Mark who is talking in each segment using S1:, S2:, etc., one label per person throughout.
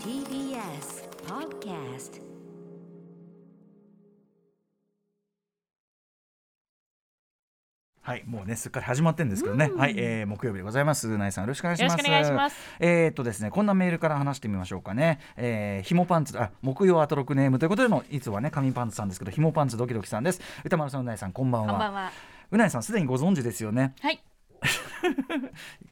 S1: TBS Podcast
S2: はい、もうね、すっかり始まってんですけどね。はい、えー木曜日でございます。ナイさん、よろしくお願いします。
S3: よろしくお願いします
S2: えーっとですね、こんなメールから話してみましょうかね。えー、ひもパンツ、あ、木曜アトロクネームということでの、いつはね、紙パンツさんですけど、ひもパンツドキドキさんです。歌丸さん、うなえさん、こんばんは。
S3: こんばんは。
S2: うなえさん、すでにご存知ですよね。
S3: はい。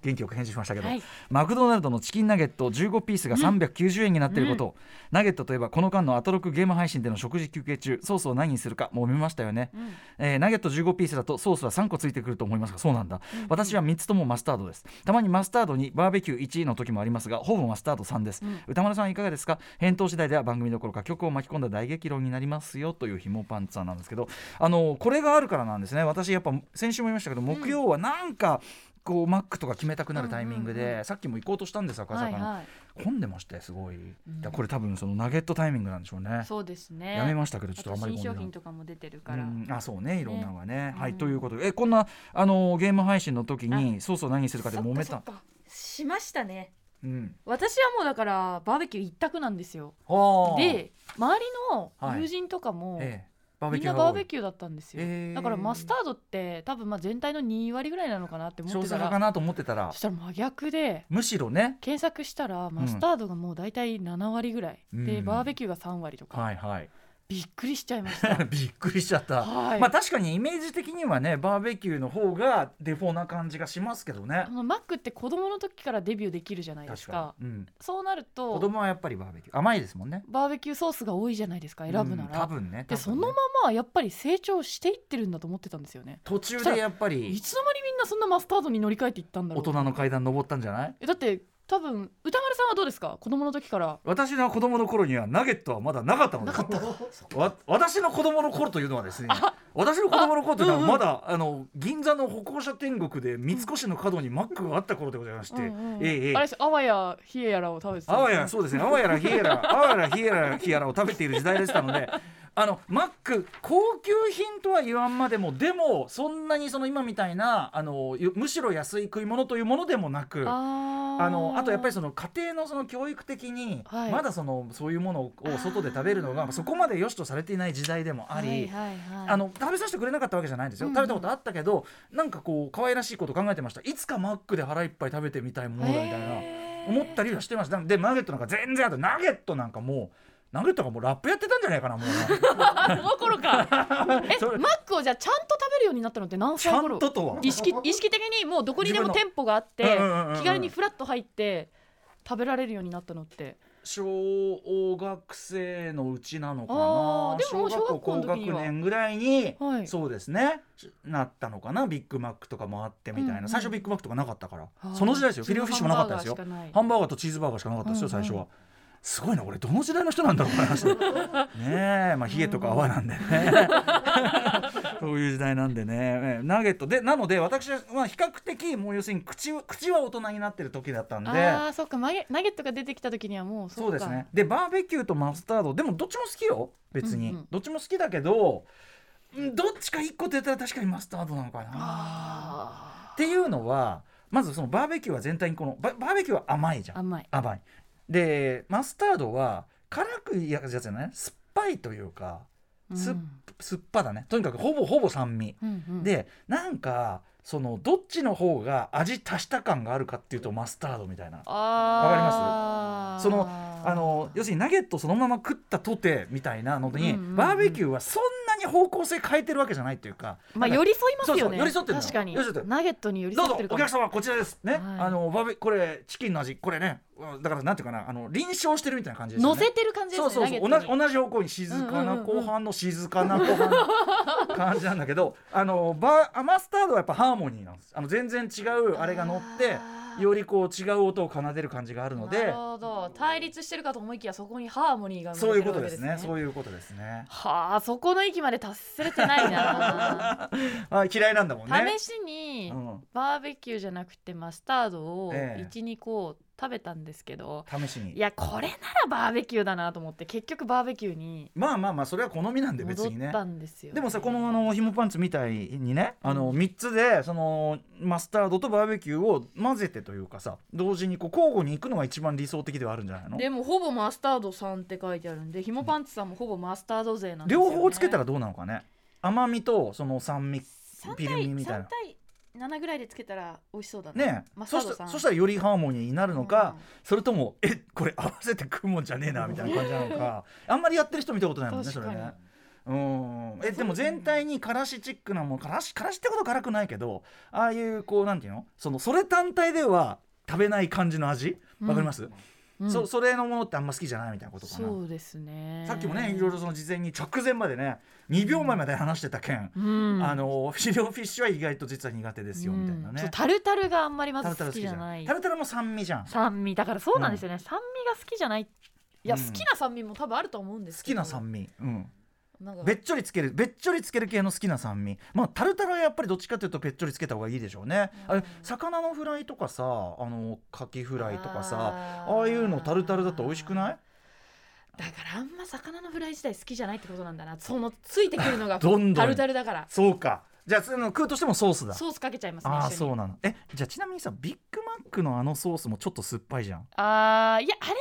S2: 元気よく返事しましたけど、
S3: はい
S2: マクドナルドのチキンナゲット15ピースが390円になっていることを、ナゲットといえばこの間のアトロクゲーム配信での食事休憩中ソースを何にするかもう見ましたよね、えーナゲット15ピースだとソースは3個ついてくると思いますがそうなんだ、私は3つともマスタードですたまにマスタードにバーベキュー1の時もありますがほぼマスタード3です、歌丸さんいかがですか返答次第では番組どころか曲を巻き込んだ大激論になりますよというひもパンツァーなんですけどあのこれがあるからなんですね私やっぱ先週も言いましたけど木曜はなんか、こうマックとか決めたくなるタイミングで、さっきも行こうとしたんです赤坂の、
S3: はい
S2: 混んでましてすごい、だからこれ多分そのナゲットタイミングなんでしょうね
S3: そうですね。
S2: やめましたけどちょ
S3: あ
S2: っと
S3: と
S2: あんまり混ん
S3: 新
S2: で
S3: 商
S2: な
S3: 品
S2: い
S3: とかも出てるから。
S2: うんあそうねいろんなのがね
S3: ね
S2: はい、
S3: うん
S2: ということでえこんなあのゲーム配信の時にそうそう何するかで揉め
S3: そ
S2: た
S3: っかそっか。しましたね。
S2: うん
S3: 私はもうだからバーベキュー一択なんですよ。
S2: はあ
S3: で、周りの
S2: はい
S3: 友人とかも、
S2: ええバーベ
S3: みん
S2: キュ
S3: な
S2: ーが
S3: バー
S2: 多
S3: ベ
S2: い
S3: キューだったんですよ。
S2: へー
S3: だからマスタードって多分まあ全体の2割ぐらいなのかなって思っ
S2: 少
S3: て
S2: 数
S3: た、
S2: 派からなと思ってたら
S3: そしたら真逆で。
S2: むしろね
S3: 検索したらマスタードがもう大体7割ぐらい、
S2: うん
S3: でバーベキューが3割とか、
S2: はいはい
S3: びっくりしちゃいました。はい、
S2: びっくりしちゃった、 まあ確かにイメージ的にはねバーベキューの方がデフォな感じがしますけどね
S3: あのマックって子供の時からデビューできるじゃないです
S2: 確
S3: か
S2: かに、うん、
S3: そうなる
S2: 子
S3: と
S2: 供はやっぱりバーベキュー甘いですもんね
S3: バーベキューソースが多いじゃないですか選ぶなら、
S2: うん多分ね多分ね
S3: でそのままやっぱり成長していってるんだと思ってたんですよね
S2: 途中でやっぱ
S3: い
S2: り
S3: つの間にみんなそんなマスタードに乗り換えていったんだろ
S2: 大
S3: う
S2: 人の階段登ったんじゃない
S3: えだって多分歌丸さんはどうですか子供の時から
S2: 私の子供の頃にはナゲットはまだなかったので
S3: なかった
S2: た わ私の子供の頃というのはですね私の子供の頃というのは
S3: あうんうん
S2: まだあの銀座の歩行者天国で三越の角にマックがあった頃でございまして、
S3: うんう
S2: ええ
S3: ん
S2: ええ
S3: あれですあわや冷えやらを食べてた
S2: あわや
S3: そ
S2: そうですねあわやらひえらあわやらひえらひやらを食べている時代でしたので。あのマック高級品とは言わんまでもでもそんなにその今みたいなあのゆむしろ安い食い物というものでもなくあ
S3: あー
S2: のあとやっぱりその家庭のその教育的に、
S3: はい
S2: まだそのそういうものを外で食べるのがそこまで良しとされていない時代でもあり、
S3: はいはいはい
S2: あの食べさせてくれなかったわけじゃないんですよ、
S3: うん
S2: 食べたことあったけどなんかこう可愛らしいこと考えてましたいつかマックで腹いっぱい食べてみたいものだみたいな。
S3: へー
S2: 思ったりはしてましたでナゲットなんか全然あとナゲットなんかもうナゲットがもうラップやってたんじゃないかな もう
S3: あその頃か え
S2: それ
S3: マックをじゃあちゃんと食べるようになったのって何
S2: ち
S3: 歳
S2: ゃ
S3: 頃
S2: んととは
S3: 意識意識的にもうどこにでも
S2: 自分
S3: 店舗があって
S2: うんうんうんうん
S3: 気軽にフラッと入って食べられるようになったのって
S2: 小学生のうちなのか
S3: あ
S2: な
S3: ーでももう
S2: 小学校
S3: 小
S2: 高
S3: 学校の
S2: 学
S3: 時には
S2: 年ぐらいに、
S3: はい
S2: そうですねなったのかなビッグマックとかもあってみたいな、
S3: うんうん
S2: 最初ビッグマックとかなかったから、その時代ですよフィレオフィッシュもなかったですよ
S3: ハンバーガーしか
S2: ハ
S3: ない
S2: ンバーガーとチーズバーガーしかなかったですよ、
S3: うんうん
S2: 最初は。すごいな俺どの時代の人なんだろうこの 人ねえまあ冷えとか泡なんでねそういう時代なんでねええナゲットでなので私はまあ比較的もう要するに口は口は大人になってる時だったんで
S3: ああそっかナゲナゲットが出てきた時にはもう
S2: そうで
S3: か
S2: すねでバーベキューとマスタードでもどっちも好きよ別に、
S3: うんうん
S2: どっちも好きだけどうんどっちか1個出たら確かにマスタードなのかな
S3: あ
S2: っていうのはまずそのバーベキューは全体にこのババーベキューは甘いじゃん
S3: ー甘い
S2: 甘いでマスタードは辛くやつじゃない酸っぱいというか
S3: うん
S2: 酸っ酸っぱだねとにかくほぼほぼ酸味、
S3: うんうん
S2: でなんかそのどっちの方が味足した感があるかっていうとマスタードみたいな
S3: あー
S2: そのあの要するにナゲットそのまま食ったとてみたいなのに、
S3: うんうんうん
S2: バーベキューはそんなに方向性変えてるわけじゃないっていうか
S3: ま
S2: な
S3: あ
S2: んか
S3: 寄り添いますよね
S2: そうそう寄り添ってるの
S3: 確かに
S2: 寄り添ってる
S3: ナゲットに寄り
S2: ど
S3: 添
S2: う
S3: っ
S2: ぞ
S3: てる
S2: お
S3: かも
S2: 客様こちらですね、
S3: はい
S2: あのバーベこれチキンの味これねうんだからなんていうかなあの臨床してるみたいな感じですよ
S3: 乗
S2: ね
S3: せてる感じで
S2: そう
S3: す
S2: そう
S3: ね
S2: そう
S3: ナゲ
S2: 同じ
S3: ットに
S2: 同じ方向に静かな
S3: うんうんうんう
S2: 後
S3: ん
S2: 半の静か な後半の感じなんだけどあのバーマスタードはやっぱハーモニーなんですあの全然違うあれが乗って
S3: あー
S2: よりこう違う音を奏でる感じがあるの
S3: なる
S2: で
S3: ほど対立してるかと思いきやそこにハーモニーが生
S2: そ
S3: ま
S2: ういう
S3: れて
S2: こ
S3: る
S2: と
S3: わ
S2: で
S3: けですす
S2: ね
S3: ね
S2: そういうことですね
S3: はあそこの域まで達せれてない
S2: あ
S3: な
S2: 嫌 いなんだもんね
S3: 試しに
S2: うん
S3: バーベキューじゃなくてマスタードを
S2: ええ
S3: 12個食べたんですけど
S2: 試し
S3: い
S2: に
S3: やこれならバーベキューだなと思って結局バーベキューに
S2: まあまあまあそれは好みなんで別
S3: 戻っ
S2: にね
S3: たんですよ、
S2: でもさこのあのひもパンツみたいにねあの3つでそのマスタードとバーベキューを混ぜてというかさ同時にこう交互に行くのが一番理想的ではあるんじゃないの
S4: でもほぼマスタードさんって書いてあるんでひもパンツさんもほぼマスタード勢なんですよ、ね、
S2: 両方つけたらどうなのかね甘みとその酸味
S4: 3
S2: ピリミみたいな
S4: 3対7ぐらいでつけたら美味しそうだね
S2: ね
S4: マスタ
S2: そ
S4: ー
S2: し
S4: ド
S2: た
S4: さん
S2: そしたらよりハーモニーになるのか、
S4: うん
S2: それともえこれ合わせて食うもんじゃねえなみたいな感じなのか あんまりやってる人見たことないもんねそれ
S3: 確か
S2: ね
S3: に。
S2: うんえでも全体にからしチックなもんからしからしってこと辛くないけどああいうこうなんていうのそのそれ単体では食べない感じの味わかります、
S3: うん
S2: そそれのものってあんま好きじゃないみたいなことかな
S3: そうですね
S2: さっきもねいろいろその事前に直前までね2秒前まで話してた件、
S3: うん
S2: あのフィレオフィッシュは意外と実は苦手ですよみたいな
S3: うんそう
S2: ね。
S3: タルタルがあんまりま
S2: タル
S3: ず
S2: タ
S3: 好
S2: ル好
S3: き
S2: きじ
S3: じ
S2: ゃ
S3: ゃ
S2: な。
S3: ないい
S2: タルタルも酸味じゃん。好
S3: 酸味だからそうなんですよね、酸味が好きじゃない
S4: いや
S2: うん
S4: 好きな酸味も多分あると思うんです
S2: き
S4: けど
S2: な酸味。うん。
S4: なんか
S2: べっちょりつけるべっちょりつける系の好きな酸味。まあタルタルはやっぱりどっちかというとべっちょりつけた方がいいでしょうね。あれ魚のフライとかさ、あのカキフライとかさ、
S4: あー
S2: ああいうのタルタルだと美味しくない？
S4: だからあんま魚のフライ自体好きじゃないってことなんだなそのついてくるのが
S2: どんどん
S4: タルタルだから
S2: そうか。じゃあその食うとしてもソースだ。
S4: ソースかけちゃいますね
S2: ああ
S4: 一緒
S2: そ
S4: に
S2: うなの。えじゃあちなみにさビッグマックのあのソースもちょっと酸っぱいじゃん。
S4: あーいやあれぐらい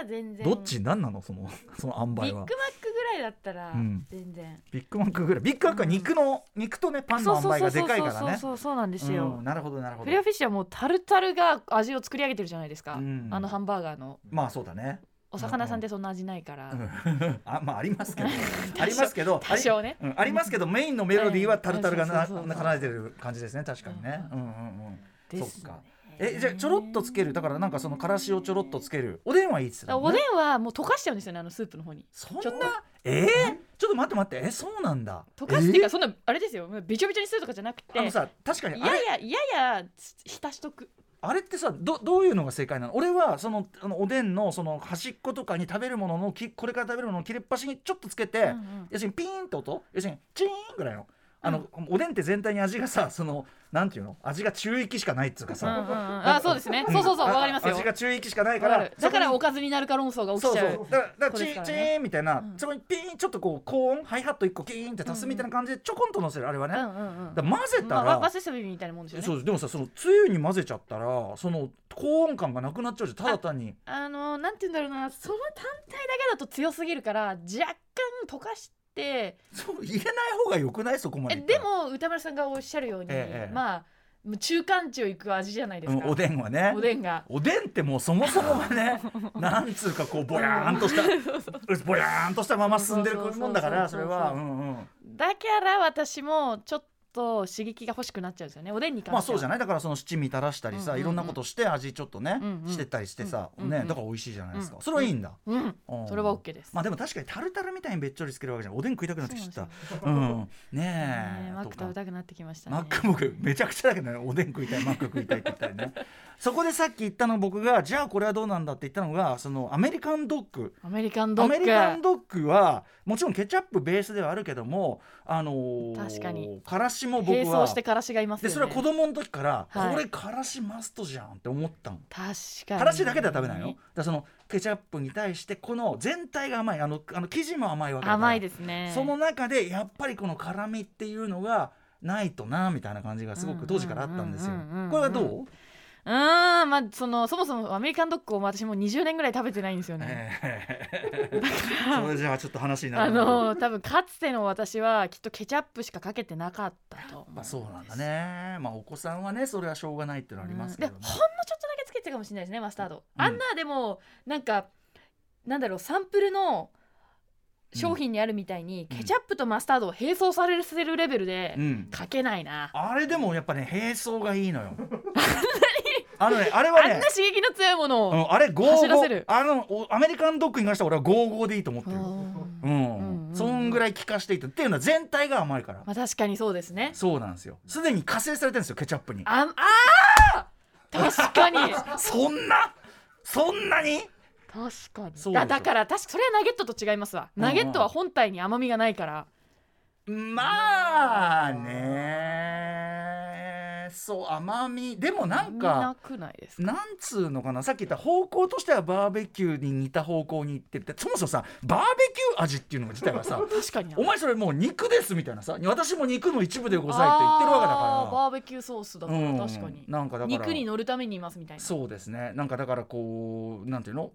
S4: なら全然
S2: どっちなんなのそのその塩
S4: ビッ
S2: 梅
S4: グマ
S2: は
S4: ッ。クぐらいだったら
S2: うん
S4: 全然、
S2: ビッグマックぐらいビッグマックは肉の、肉とねパンの塩梅がでかいからね。
S3: そうそうそうそうそうなんですよ、
S2: うんなるほどなるほ
S3: フ
S2: ど
S3: レア。フィッシュはもうタルタルが味を作り上げてるじゃないですか、
S2: うん
S3: あのハンバーガーの
S2: まあそうだね。
S3: お魚さんってそんな味ないから、
S2: うんあまあありますけ どありますけど
S3: 多少ね
S2: あり,、うん、ありますけどメインのメロディーはタルタルが
S3: は
S2: ない
S3: そうそうそう
S2: な奏でてる感じですね確かにね。うんうんうん。
S3: ですね
S2: そっか。えじゃあちょろっとつけるだからなんかそのからしをちょろっとつけるおでんはいいっつ
S3: だからお
S2: ん
S3: でんはもう溶かしちゃうんですよねあのスープの方に
S2: そん
S3: ちょっと
S2: なえー、ちょっと待って待ってえそうなんだ
S3: 溶かすっていうか
S2: え
S3: そんなあれですよべちょべちょにするとかじゃなくて
S2: ーあの
S3: い
S2: さ確かにあ
S3: や
S2: れ
S3: いやいやいやつ浸しとく
S2: あれってさどどういうのが正解なの俺はそのあのおでんのその端っことかに食べるもののきこれから食べるものの切れっ端にちょっとつけて、
S3: うんうん
S2: 要するにピーンって音要するにチーンぐらいのあの、おでんって全体に味がさそのなんていうの味が中域しかないっていうか
S3: うんうんう
S2: さ、
S3: んあそうですねそうそうそう
S2: あ
S3: わかりますよ
S2: 味が中域しかないか
S3: わからるだから
S2: そこ
S3: お
S2: に
S3: かずになるか論争が起き
S2: そう
S3: ちゃう
S2: そうだからだから
S3: こ
S2: チ
S3: れで
S2: ー
S3: すか
S2: ン
S3: ら
S2: チ
S3: ね
S2: ーンみたいな、
S3: うん
S2: そこにピーンちょっとこう高音ハイハット1個キーンって足すみたいな感じでちょこんと乗せるあれはね、
S3: う
S2: だか
S3: んうんうん
S2: ら混ぜた
S3: ま
S2: ら、
S3: あわわせそびみたいなもんですよね
S2: そうですでもさそのつゆに混ぜちゃったらその高温感がなくなっちゃうじゃんただ単に
S3: あのなんて言うんだろうなその単体だけだと強すぎるから若干溶かして
S2: そう入れない方が良くないそこまで
S3: え
S2: いった
S3: で
S2: ら
S3: も歌丸さんがおっしゃるように、
S2: ええ
S3: まあもう中間地を行く味じゃないですか、
S2: うんおでんはね
S3: おでんが
S2: おでんってもうそもそもが ねなんつうかこうぼやーんとしたぼやーんとしたまま進んでるもんだからそ
S3: そう
S2: れ
S3: そうそうそう
S2: はうんうん
S3: だから私もちょっと刺激が欲しくなっちゃうんですよねおでんに関しては
S2: まあそうじゃ
S3: ない
S2: ないだからその七味垂らしたり
S3: うん
S2: さ
S3: うんうん
S2: いろんなことして味ちょっとね
S3: うんうん
S2: してったりしてさ
S3: うんうん
S2: ねだから美味しいじゃないですか
S3: うん
S2: それはいいんだ
S3: うん
S2: うん
S3: それは OK です、
S2: まあでも確かにタルタルみたいにべっちょりつけるわけじゃんおでん食いたくなってきちゃっ
S3: そ
S2: たうんね
S3: ねえ
S2: え
S3: マッ
S2: とか
S3: ク食べたくなってきましたね
S2: マック僕めちゃくちゃだけどねおでん食いたいマック食いたいって言ったりねそこでさっき言ったの僕がじゃあこれはどうなんだって言ったのがそのアメリカンドッグ
S3: アメリカンド
S2: ア
S3: ッグ
S2: メリカンドッグはもちろんケチャップベースではあるけどもあのー、
S3: 確かに
S2: からしも僕
S3: 並
S2: は
S3: 走してからしがいます
S2: で
S3: よ、ね、
S2: それは子供の時から、
S3: はい
S2: これからしマストじゃんって思ったの。
S3: 確かに
S2: からしだけでは食べないよ。だからそのケチャップに対してこの全体が甘いあのあの生地も甘いわけだから
S3: 甘いですね
S2: その中でやっぱりこの辛みっていうのがないとなみたいな感じがすごく当時からあったんですよ
S3: うんうんうんうんうん。
S2: これはどう？
S3: うーんまあそのそもそもアメリカンドッグを私もう20年ぐらい食べてないんですよね、
S2: それじゃあちょっと話にな
S3: あ
S2: らない。
S3: の多分かつての私はきっとケチャップしかかけてなかったと思う
S2: まあそうなんだね。まあお子さんはねそれはしょうがないっていうのはありますけ
S3: で
S2: ど
S3: ほん
S2: ね
S3: のちょっとだけつけてたかもしれないですねマスタード、
S2: うん
S3: あんなでもなんかなんだろうサンプルの商品にあるみたいに、
S2: うん
S3: ケチャップとマスタードを並走されるレベルで、
S2: うん。
S3: かけないな、
S2: あれでもやっぱね並走がいいの よ。あのねあれは
S3: あんな
S2: ね。
S3: 刺激の強いもの
S2: う
S3: を、
S2: んあれ55
S3: 走らせる
S2: あのおアメリカンドッグに関しては俺は55でいいと思ってる。
S3: うん
S2: うん。
S3: うんうん
S2: そんぐらい効かしていたっていうのは全体が甘いから。
S3: まあ確かにそうですね
S2: そうなんですよ。すでに加勢されてるんですよケチャップに。
S3: ああー 確かに
S2: そんなそんなに
S3: 確か
S2: そう
S3: に
S2: ですよ
S3: だだから確かそれはナゲットと違いますわ
S2: うんうん
S3: ナゲットは本体に甘みがないから
S2: まあねそう甘みでもなん
S3: な
S2: か
S3: くないですか
S2: なんつうのかなさっき言った方向としてはバーベキューに似た方向に行っててそもそもさバーベキュー味っていうの自体 はさ
S3: 確かに
S2: お前それもう肉ですみたいなさ私も肉の一部でございって言ってるわけだ
S3: あー
S2: か
S3: バーベキューソースだから
S2: ら、うん、
S3: 確かに
S2: なんかだから
S3: 肉に乗るためにいますみたいな
S2: そうですねなんかだからこうなんていうの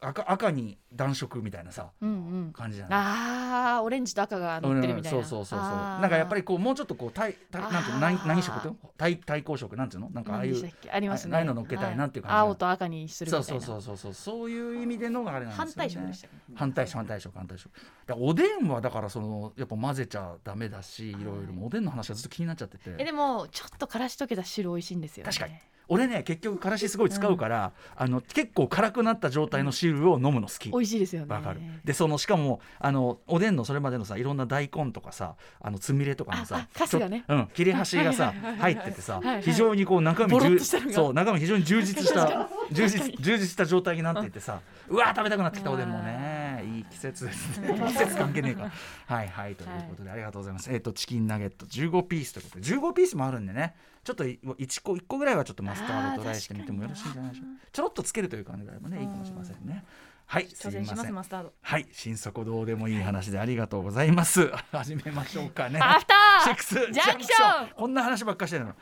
S2: 赤赤に暖色みたいなさ
S3: うんうん
S2: 感じじゃない
S3: あーオレンジと赤が乗ってるみたいな、
S2: うんそうそうそうそう
S3: あー
S2: なんかやっぱりこうもうちょっとこう対対なんていうの何
S3: あー
S2: 何色っていうの対対抗色なんていうのなんかああい
S3: 何でした
S2: う
S3: っけありますね
S2: ああいうの乗っけたいなっていう感じ
S3: は青と赤にするみた
S2: そ
S3: いうな
S2: そうそうそうそうそういう意味でのがあれなんですよ
S3: 反
S2: ね
S3: 対色でしたっけ
S2: 反対色反対色反対色だからおでんはだからそのやっぱ混ぜちゃダメだしいろいろもうおでんの話がずっと気になっちゃって
S3: え
S2: て
S3: でもちょっとからし溶けた汁美味しいんですよね
S2: 確かに俺ね結局からしすごい使うから、あの結構辛くなった状態の汁を飲むの好き
S3: 美味しいですよね
S2: わかるでそのしかもあのおでんのそれまでのさいろんな大根とかさあのつみれとかの
S3: あ
S2: さ
S3: あカスがね
S2: ちょうん切れ端がさ入っててさ
S3: はいはい
S2: 非常にこう中身
S3: ボロ
S2: 充
S3: ッとしたのが
S2: そう中身非常に充実した充実充実した状態になっていてさうわー食べたくなってきたおでんもねいい季節ですね季節関係ねえかはいはいということでありがとうございますえっとチキンナゲット15ピースということで15ピースもあるんでねちょっと1個1個ぐらいはちょっとマスタードトライしてみてもよろしいんじゃないでしょうかちょろっとつけるという感じであればねいいかもしれませんねはいす
S3: 挑
S2: い
S3: 戦し
S2: ま
S3: ま
S2: せ
S3: す
S2: ん
S3: マスタード
S2: はい、新速どうでもいい話でありがとうございます。始めましょうかね。
S3: アフタ
S2: シッ
S3: ー
S2: クス
S3: ジャンクション
S2: こんな話ばっかりしてるの。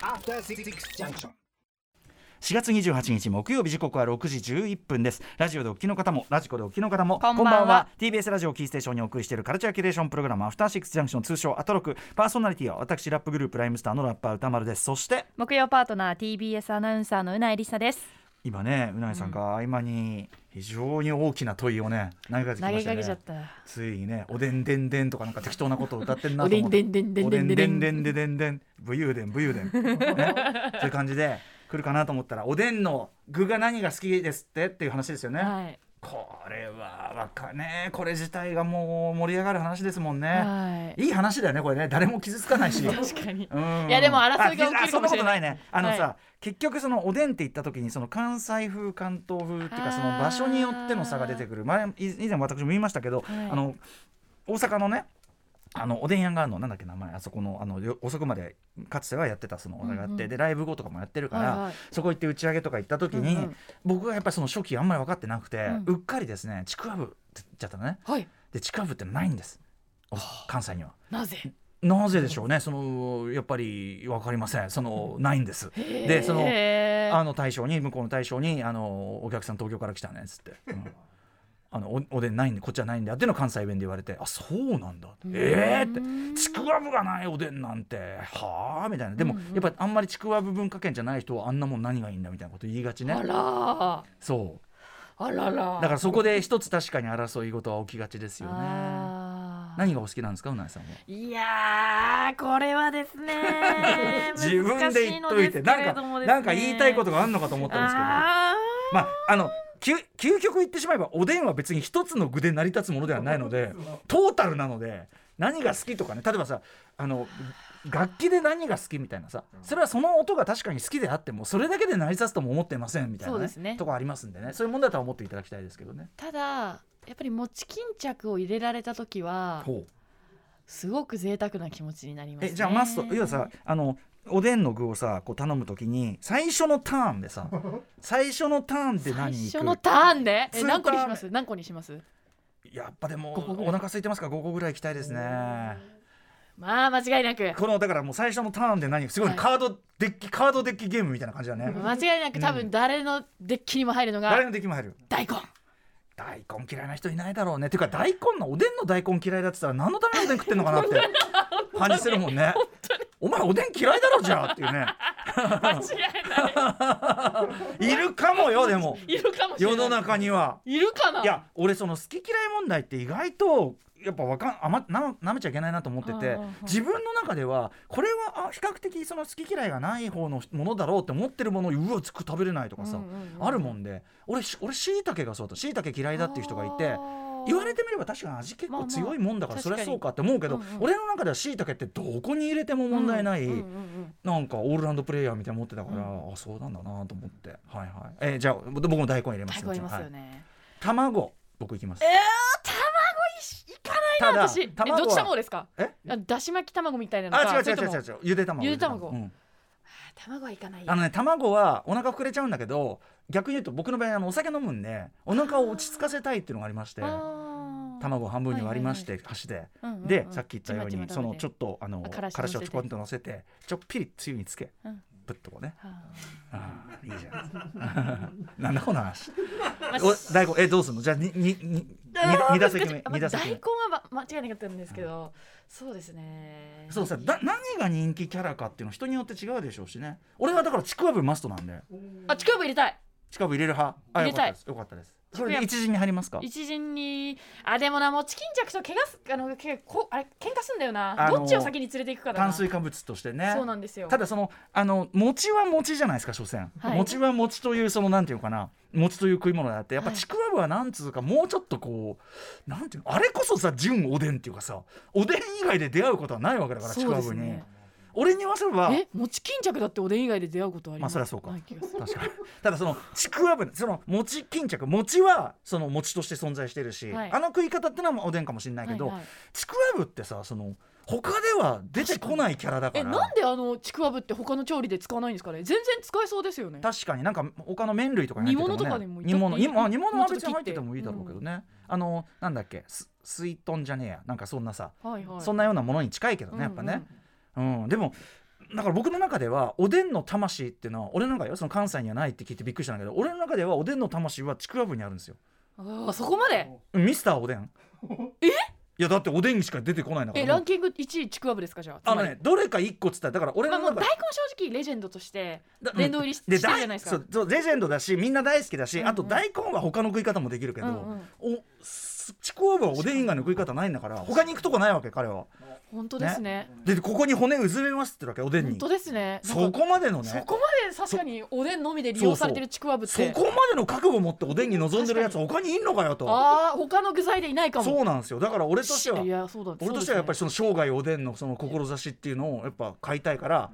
S5: After Six Junction.
S2: 4月28日木曜日時刻は6時11分ですラジオでお聞きの方もラジコでお聞きの方も
S3: こんばんは
S2: TBS ラジオキーステーションにお送りしているカルチャーキュレーションプログラムアフターシックスジャンクション通称アトロクパーソナリティは私ラップグループライムスターのラッパー歌丸ですそして
S3: 木曜パートナー TBS アナウンサーのうなえりさです
S2: 今ねうなぎさんが合間に非常に大きな問いをね投げかけてきま
S3: 投
S2: したね
S3: げかけちゃった
S2: ついにね「おでんでんでん」とかなんか適当なことを歌ってんなと思って
S3: おでんでんでんでん
S2: お
S3: でん
S2: で
S3: で
S2: ん
S3: ん
S2: でんでんでんでん武勇伝武勇伝 ねそういう感じで来るかなと思ったらおでんの具が何が好きですってっていう話ですよね、
S3: はい
S2: これはわかねこれ自体がもう盛り上がる話ですもんね
S3: はい
S2: いい話だよねこれね誰も傷つかない し
S3: 確かに
S2: うん
S3: いやでも争いが起きるかもしれない
S2: あそんなことないねあのさ、
S3: は
S2: 結局そのおでんって言った時にその関西風関東風っていうか
S3: あー
S2: その場所によっての差が出てくる前以以前私も言いましたけど、
S3: はい
S2: あの大阪のねあのおでん屋があるのなんだっけ名前あそこのあのよ遅くまでかつてはやってたそのお店があって、
S3: うんうん
S2: でライブ後とかもやってるから、
S3: はいはい
S2: そこ行って打ち上げとか行った時に、
S3: うんうん
S2: 僕がやっぱりその初期あんまり分かってなくて、う
S3: うん
S2: っかりですねちくわぶって言っちゃったのね
S3: はい
S2: でちくわぶってないんですお関西には。
S3: なぜ
S2: なぜでしょうね、そのやっぱり分かりません、そのないんです。で、その
S3: へー
S2: あの大将に、向こうの大将に、あのお客さん、東京から来たねっつって、うんあのおおでんないんで、こっちはないんだよっていうのを関西弁で言われて、あそうなんだ、えーって、ちくわぶがないおでんなんて、はあみたいな、でも、やっぱあんまりちくわぶ文化圏じゃない人は、あんなもん何がいいんだみたいなこと言いがちね
S3: あ。ら
S2: そう
S3: ーあらら
S2: だからそこで一つ確かに争い事は起きがちですよね。
S3: あー
S2: 何がお好きなんですか、うなえさんは。
S3: いやーこれはですね
S2: 自分で言っといてなんかなんか言いたいこと
S3: が
S2: があるのかと思ったんですけど
S3: あ
S2: まああの究究極言ってしまえばおでんは別に一つの具で成り立つものではないのでトータルなので何が好きとかね例えばさあの楽器で何が好きみたいなさそれはその音が確かに好きであってもそれだけで成り立つとも思ってませんみたいな、
S3: そうですね
S2: とこありますんでねそういうもんだとは思っていただきたいですけどね。
S3: ーただやっぱり餅巾着を入れられた時は
S2: ほう
S3: すごく贅沢な気持ちになります、ね、
S2: えじゃあマスト要はさあのおでんの具をさこう頼むときに最初のターンで さ最初のターンって
S3: 最
S2: 何いく
S3: 初のターンでえ
S2: スーパー
S3: 何個にします何個にします
S2: やっぱでも
S3: 五個ぐら
S2: お
S3: い
S2: 腹空いてますから5個ぐらい行きたいですね
S3: まあ間違いなく
S2: このだからもう最初のターンで何すごい
S3: はい
S2: カードデッキカードデッキゲームみたいな感じだね
S3: 間違いなく多分誰のデッキにも入るの
S2: 誰
S3: が
S2: のデッキも入る
S3: 大 根
S2: 大根嫌いな人いないだろうねていうか大根のおでんの大根嫌いだって言ったら何のためにおでん食ってんのか なって感じするもんねお前おでん嫌いだろじゃあっていうね
S3: 間違いない
S2: いるかもよでも
S3: いるかもしれな
S2: 世
S3: い
S2: の中にはい
S3: るかない
S2: いや俺その好き嫌い問題って意外とやっぱわかんあまななめちゃいけないなと思って
S3: はい
S2: て
S3: はいはい
S2: 自分の中ではこれはあ比較的その好き嫌いがない方のものだろうって思ってるものをうわつく食べれないとかさ、
S3: うんうんうん
S2: あるもんで俺し俺しいたけがそうだしいたけ嫌いだっていう人がいて。言われてみれば確かに味結構強いもんだから
S3: まあま
S2: そ
S3: あ
S2: りゃそうかって思うけど、
S3: 確かにうんうん
S2: 俺の中ではしいたけってどこに入れても問題ない、
S3: うんうんうん
S2: なんかオールラウンドプレイヤーみたいに持ってたから、あそうなんだなと思ってはいはい、えーじゃあ僕も大根入れます
S3: 大根います
S2: は
S3: よね
S2: 卵僕いきます
S3: えー、卵いしいかないない
S2: ただ
S3: 私え
S2: 卵は
S3: どっち卵ですか
S2: え
S3: あだし巻き卵みたいなのか
S2: あ違う
S3: そ
S2: 違う
S3: れと
S2: 違う
S3: も
S2: 違う違うゆで卵
S3: ゆで卵
S2: うん
S3: あ卵はいかない
S2: あのね卵はお腹膨れちゃうんだけど逆に言うと僕の場合あのお酒飲むんでお腹を落ち着かせたいっていうのがありまして
S3: あー
S2: 卵を半分に割りまして箸で
S3: うんうんうん
S2: でさっき言ったよう
S3: ちま
S2: に
S3: ち
S2: そ
S3: ま食べ
S2: の
S3: て
S2: ちょっとあの
S3: あからし
S2: からしを
S3: 乗せ
S2: ちょ
S3: て
S2: こんと乗せてちょっぴりつゆにつけ
S3: うん
S2: ぶっとこうね
S3: はあ
S2: ああいいじゃん なんだこの話
S3: まあ
S2: お大根えどうすんのじゃあににに二打席目
S3: あまあ
S2: 二打
S3: 大
S2: 席
S3: 根
S2: 目
S3: はま間違いなかったんですけど、そうですね
S2: そうさだ何が人気キャラかっていうの人によって違うでしょうしね俺はだからちくわぶマストなんで
S3: あちくわぶ入れたい
S2: ちくわぶ入れる派あ
S3: 入れたい
S2: よかったですよかったですそれ
S3: ちくわ
S2: で
S3: ぶ
S2: 一陣に入りますか
S3: 一陣にあでもなもうチキンジャクと怪我すあのけこあれ喧嘩すんだよな
S2: あの
S3: どっちを先に連れていくかだな
S2: 炭水化物としてね
S3: そうなんですよ
S2: ただそのあの餅は餅じゃないですか所詮、
S3: はい
S2: 餅は餅というそのなんていうのかな餅という食い物であってやっぱ
S3: はい
S2: ちくわぶはなんつうかもうちょっとこうなんていうのあれこそさ純おでんっていうかさおでん以外で出会うことはないわけだからち
S3: そ
S2: く
S3: う
S2: わ
S3: で
S2: ぶ
S3: す
S2: に、
S3: ね
S2: 俺に言わせれば
S3: えもうチキンジャクだっておでん以外で出会うことはあります
S2: まあそりゃそうか
S3: ない気がする
S2: 確かにただそのちくわぶその餅巾着餅はその餅として存在してるし、
S3: はい
S2: あの食い方ってのはおでんかもしれないけど、
S3: はいはい
S2: ちくわぶってさその他では出てこないキャラだか
S3: え
S2: ら
S3: なんであのちくわぶって他の調理で使わないんですかね全然使えそうですよね
S2: 確かになんか他の麺類とかに入ってても、ね、
S3: 煮物とかでもいい
S2: 煮物
S3: だっていい
S2: 煮あ煮物
S3: も
S2: は
S3: うちょっ
S2: 別
S3: と
S2: に
S3: 切
S2: 入
S3: っ
S2: ってててもいいだろうけどね、あのなんだっけす水豚じゃねえやなんかそんなさ、
S3: はいはい
S2: そんなようなものに近いけどねやっぱね、うんでもだから僕の中ではおでんの魂っていうのは俺なんかよその関西にはないって聞いてびっくりしたんだけど俺の中ではおでんの魂はちくわぶにあるんですよ
S3: うんうんあーそこまで
S2: ミスターおでんえいやだっておでんにしか出てこないんだか
S3: え
S2: ら
S3: ランキング1位ちくわぶですかじゃあつ
S2: あ
S3: ま
S2: の
S3: り
S2: ねどれか一個っつったらだから俺
S3: まあ
S2: の
S3: もう
S2: 中
S3: 大根正直レジェンドとして殿堂入りししてるじゃないです
S2: そ
S3: か
S2: うそうレジェンドだしみんな大好きだし、
S3: うんうん
S2: あと大根は他の食い方もできるけど、
S3: うんうん
S2: おすちくわぶはおでん以外の食い方ないんだから他に行くとこないわけ彼は
S3: 本当ですね
S2: でここに骨うずめますってわけおでん
S3: 本
S2: に
S3: 当ですねな
S2: そ
S3: んか
S2: こまでの
S3: そ
S2: ね
S3: こまで確かにおでんのみで利用されてるちくわぶって
S2: そこまでの覚悟持っておでんに臨んでるやつ他にいんのかよと
S3: ああ他の具材でいないかも
S2: そうなんですよだから俺としてはい
S3: やそうだ
S2: 俺としてはやっぱりその生涯おでんのその志っていうのをやっぱ買いたいから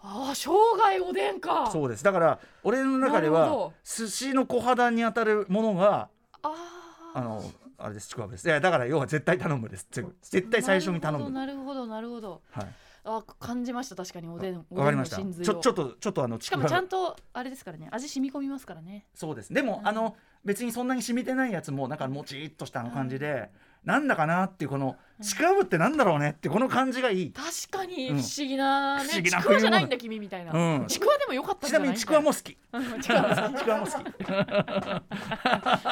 S3: ああ生涯おでんか
S2: そうですだから俺の中で
S3: なるほ
S2: は
S3: ど
S2: 寿司の小肌に当たるものが
S3: あ
S2: あのあれですちくわぶですいやだから要は絶対頼むです絶絶対最初に頼む
S3: なるほどなるほどなるほど
S2: はい
S3: あ感じました確かにおでんお
S2: わか
S3: でん
S2: り
S3: の
S2: ました
S3: 真髄を
S2: ちょちょっとちょっとあのち
S3: しか
S2: く
S3: も
S2: わ
S3: ちゃ
S2: ぶ
S3: んとあれですからね味染み込みますからね
S2: そうですでも
S3: うん
S2: あの別にそんなに染みてないやつもなんかもちっとしたあの感じでなんだかなっていうこのちくわぶってなんだろうねってこの感じがいい
S3: 確かに不
S2: うん
S3: 思議なね、
S2: 不思議な
S3: ちくわじゃないんだ君みたいな、
S2: うん
S3: ちくわでもよかったん
S2: ち
S3: じゃ
S2: な
S3: ない
S2: みにちくわ
S3: み
S2: も好き
S3: たい なうんちくわも
S2: ちくわも好き。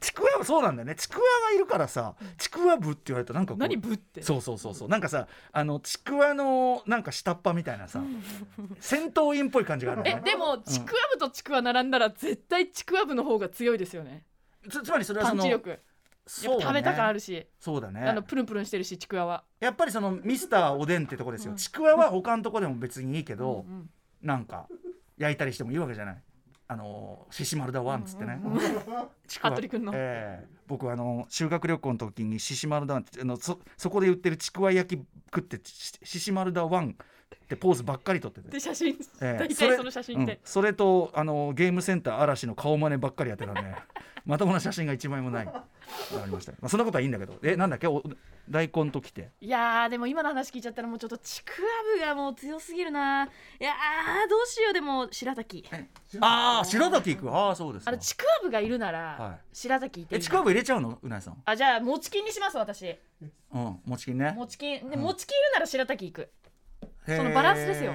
S2: ちくわぶそうなんだよね。ちくわがいるからさ、ちくわぶって言われたらなんかこう
S3: 何ぶって
S2: そうそうそうそう。なんかさ、あのちくわのなんか下っ端みたいなさ、戦闘員っぽい感じがあるんだよ
S3: え
S2: ね。
S3: でもちくわぶとちくわ並んだら絶対ちくわぶの方が強いですよね
S2: つつまりそれは
S3: パ
S2: そ
S3: ン
S2: の
S3: チ力やっ
S2: そう
S3: ぱ
S2: だね
S3: 食べた感あるし、
S2: そうだね。
S3: あのプルンプルンしてるしちくわは
S2: やっぱりそのミスターおでんってとこですよ。
S3: うん
S2: ちくわは他のとこでも別にいいけど、
S3: うんうん
S2: なんか焼いたりしてもいいわけじゃない。あのシシマルダワンっつってね。ちくわ
S3: 服部君の
S2: ええ僕はあの修学旅行の時にシシマルダワンってあのそそこで売ってるちくわ焼き食ってシシシマルダワンってポーズばっかり撮ってて。
S3: で写真、
S2: ええ
S3: 大体その写真っ
S2: うん
S3: て、
S2: それとあのゲームセンター嵐の顔真似ばっかりやってたんで まともな写真が一枚もないありました、まあ、そんなことはいいんだけどえなんだっけお大根ときて
S3: いやーでも今の話聞いちゃったらもうちょっとちくわぶがもう強すぎるないやーどうしようでも白滝
S2: ああ白滝行くああそうですか
S3: あのちくわぶがいるなら
S2: は
S3: 白滝いてい
S2: え
S3: いな
S2: ちくわぶ入れちゃうのうなえさん
S3: あじゃあもちきんにします私
S2: うんもちきんね
S3: もちきんで
S2: ん
S3: もちきんいるなら白滝行く
S2: へー
S3: そのバランスですよ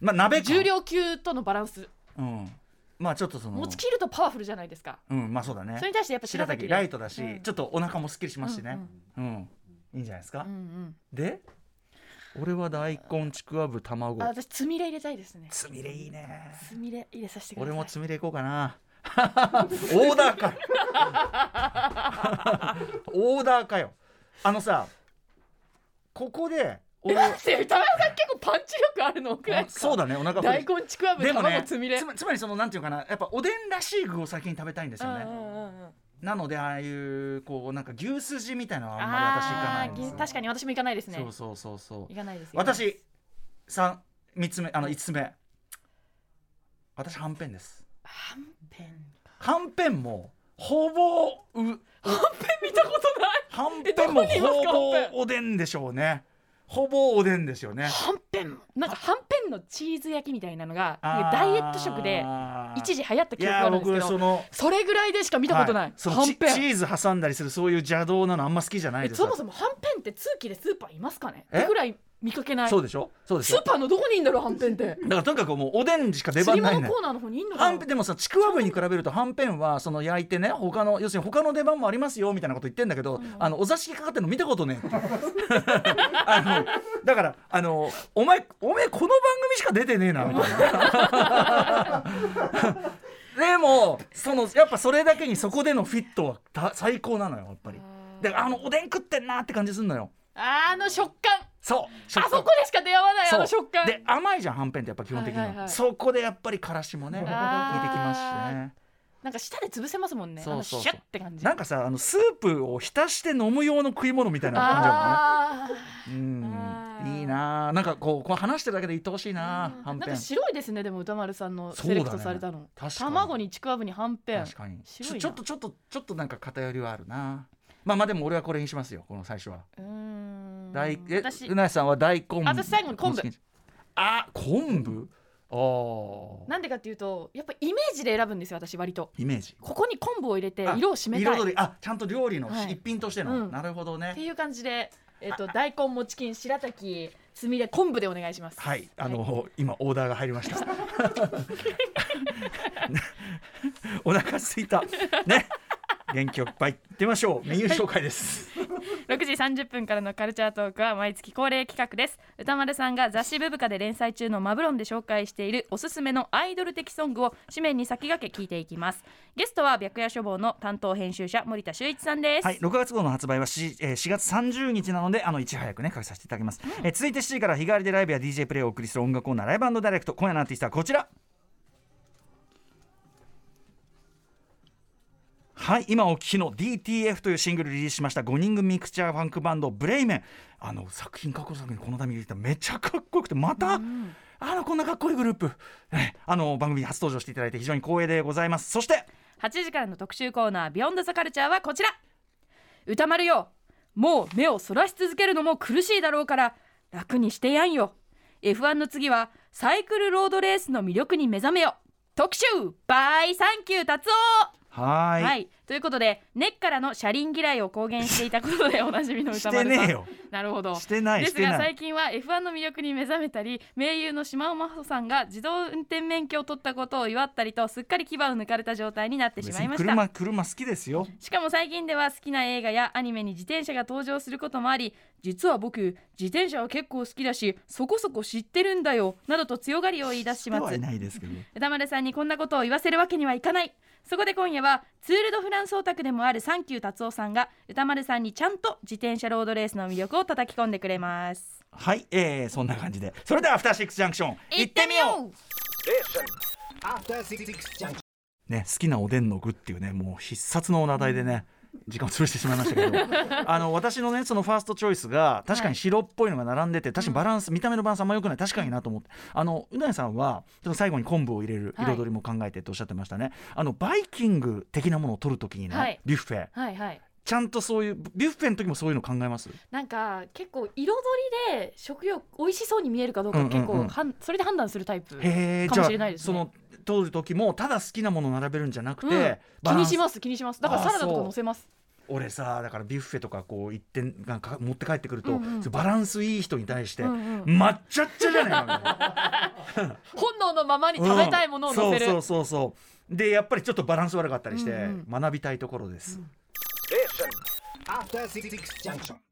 S2: まあ鍋か
S3: 重量級とのバランス
S2: うんまあちょっとその
S3: もちきんいるとパワフルじゃないですか
S2: うんまあそうだね
S3: それに対してやっぱ
S2: 白
S3: 白
S2: 滝
S3: 滝
S2: ライトだし、
S3: うん
S2: ちょっとお腹もすっきりしますしねうん、いいんじゃないですか、
S3: うんうん
S2: で俺は大根ちくわぶ卵
S3: あ私つみれ入れたいですね
S2: つみれいいね
S3: つみれ入れさせてください
S2: 俺もつみれいこうかな オーダーかよ オーダーかよあのさここで俺
S3: え田中さん結構パンチ力あるのくらいですか
S2: そうだねお腹
S3: 大
S2: 膨
S3: 根ちくわぶ
S2: れでもね
S3: 卵つみれ
S2: つまつまりそのなんていうかなやっぱおでんらしい具を先に食べたいんですよね、
S3: うんうんうんうん
S2: なのでああいうこうなんか牛すじみたいなのはあんまり私行かな
S3: あ
S2: いん
S3: ー
S2: ですよ
S3: ぎ確かに私も行かないですね
S2: そうそうそうそう
S3: 行かないです行かない
S2: 私三三つ目あの五つ目私はんぺんです
S3: はんぺん
S2: はんぺんもほぼう
S6: 見たことない
S2: はんぺん
S6: えど
S2: も
S6: こにいますか
S2: ほ
S6: はんぺ
S2: ぼおでんでしょうねほぼおでんですよね
S6: はんぺんなんかはんぺんのチーズ焼きみたいなのがなんかダイエット食で一
S2: 時
S6: 時流行った
S2: い
S6: 記憶が
S2: や
S6: あるんですけ
S2: 僕
S6: ど
S2: その
S6: それぐらいでしか見たことな
S2: はいその
S6: はん
S2: チ
S6: ぺ
S2: チ
S6: ん
S2: ーズ挟んだりするそういう邪道なのあんま好きじゃない
S6: え
S2: です
S6: そもそもはんぺんって通期でスーパーいますかね
S2: え
S6: ってぐらい見かけない
S2: そうでしょそうでし
S6: ス
S2: ょ
S6: ーパーのどこにいんだろうはんぺんって
S2: だからとにかくもうおでんしか出
S6: 釣
S2: 番
S6: り
S2: ない
S6: 物
S2: ね
S6: コーナーの方にいんの
S2: は
S6: か
S2: ん
S6: な
S2: ぺんでもさちくわぶに比べるとはんぺんはその焼いてね他の要するに他の出番もありますよみたいなこと言ってんだけど、あのお座敷かかってるの見たことねえって あのだからあのお前お前この番組しか出てねえなみたいな でもそのやっぱそれだけにそこでのフィットはた最高なのよやっぱりだからあのおでん食ってんなって感じすんのよ
S6: あの食感
S2: そう
S6: あそこでしか出会わないあの食感
S2: で甘いじゃんはんぺんってやっぱ基本的に
S6: は
S2: は,、
S6: いはいはい
S2: そこでやっぱりからしもね効いてきますしね
S6: なんか舌で潰せますもんねあ
S2: そ
S6: の
S2: うそう
S6: シ
S2: そう
S6: ュッって感じ
S2: なんかさあのスープを浸して飲む用の食い物みたいな感じだ
S6: あー
S2: もんね
S6: あ
S2: う
S6: ー
S2: んいいなあなんかこうこう話してるだけで愛おしいなあはん
S6: なん
S2: ぺん
S6: か白いですねでも歌丸さんのセレクトされたの、
S2: そうだね確かに
S6: 卵にちくわぶにはんぺん
S2: 確かに
S6: 白い
S2: ち
S6: な
S2: ょちょっとちょっとちょっとなんか偏りはあるなまあまあでも俺はこれにしますよこの最初は、
S6: うーん
S2: 大え
S6: 私
S2: うなえさんは大根
S6: 私最後に昆布
S2: あ昆布ああ
S6: なんでかっていうとやっぱイメージで選ぶんですよ私割と
S2: イメージ
S6: ここに昆布を入れて
S2: あ
S6: 色を締めたい
S2: 彩
S6: っ
S2: りあちゃんと料理の
S6: はい
S2: 一品としての、
S6: うん
S2: なるほどね
S6: ていう感じで、えっと大根もちきん白滝つみれ昆布でお願いします
S2: はい、あの、今オーダーが入 りました。お腹すいた。ね。元気よくいっぱい行ってみましょう。メニュー紹介です。
S3: 6時30分からのカルチャートークは毎月恒例企画です歌丸さんが雑誌ブブカで連載中のマブロンで紹介しているおすすめのアイドル的ソングを紙面に先駆け聞いていきますゲストは白夜書房の担当編集者森田修一さんです、
S2: はい、6月号の発売は 4,、えー4月30日なので、あのいち早くね、書きさせていただきます。えー続いて7時から日替わりでライブや DJ プレイをお送りする音楽コーナーライブダイレクト。今夜のアーティストはこちら。はい今お聴きの DTF というシングルリリースしました5人組ミクチャーファンクバンドブレイメンあの作品過去作品この度見てきためちゃかっこよくてまた、あのこんなかっこいいグループ、ねあの番組に初登場していただいて非常に光栄でございますそして
S3: 8時からの特集コーナービヨンドザカルチャーはこちら歌丸よもう目をそらし続けるのも苦しいだろうから楽にしてやんよ F1 の次はサイクルロードレースの魅力に目覚めよ特集バイサンキュー達夫
S2: はーい
S3: はい、ということで根っからの車輪嫌いを公言していたこと でおなじみの
S2: し
S3: 歌
S2: て
S3: 丸
S2: ね
S3: さん
S2: えよ
S3: なるほど
S2: してない
S3: で
S2: し
S3: す
S2: て
S3: が
S2: ない
S3: 最近は F1 の魅力に目覚めたり盟友の島尾真帆さんが自動運転免許を取ったことを祝ったりとすっかり牙を抜かれた状態になってしまいました
S2: 車車好きですよ
S3: しかも最近では好きな映画やアニメに自転車が登場することもあり実は僕自転車は結構好きだしそこそこ知ってるんだよなどと強がりを言い出しま
S2: 知って
S3: す
S2: はいないですけど
S3: 歌丸さんにこんなことを言わせるわけにはいかないそこで今夜はツール・ド・フランスオタクでもあるサンキュー達夫さんが歌丸さんにちゃんと自転車ロードレースの魅力を叩き込んでくれます
S2: はい、えー、そんな感じでそれではアフターシックスジャンクション行ってみよ
S3: う
S5: After Six Junction.
S2: うね好きなおでんの具っていうねもう必殺のお名題でね、時間を潰してしまいましたけ どあの私のねそのファーストチョイスが確かに白っぽいのが並んでて確かにバランス、見た目のバランスあんま良くない確かになと思ってあのうなえさんはちょっと最後に昆布を入れる彩りも考えてっておっしゃってましたね、あのバイキング的なものを取るときにね、
S6: はい
S2: ビュッフェ
S6: はいはい
S2: ちゃんとそういうビュッフェの時もそういうの考えます
S6: なんか結構彩りで食欲美味しそうに見えるかどうか
S2: うんうんうん
S6: 結構はん、それで判断するタイプ
S2: へえ
S6: かもしれないですね
S2: その通る時もただ好きなものを並べるんじゃなくて、
S6: うん
S2: バ
S6: 気
S2: ラン
S6: に
S2: ス
S6: します気にしますだからサラダとか乗せます
S2: 俺さだからビュッフェとかこう一点がか持って帰ってくると、
S6: うんうん
S2: そうバランスいい人に対して、
S6: うんうん
S2: 抹茶っちゃじゃないのみたいな
S6: 本能のままに 食べたいものを乗せる、
S2: うんそうそうそうそうでやっぱりちょっとバランス悪かったりして、
S6: うん
S2: 学びたいところです、
S5: After Six Junction.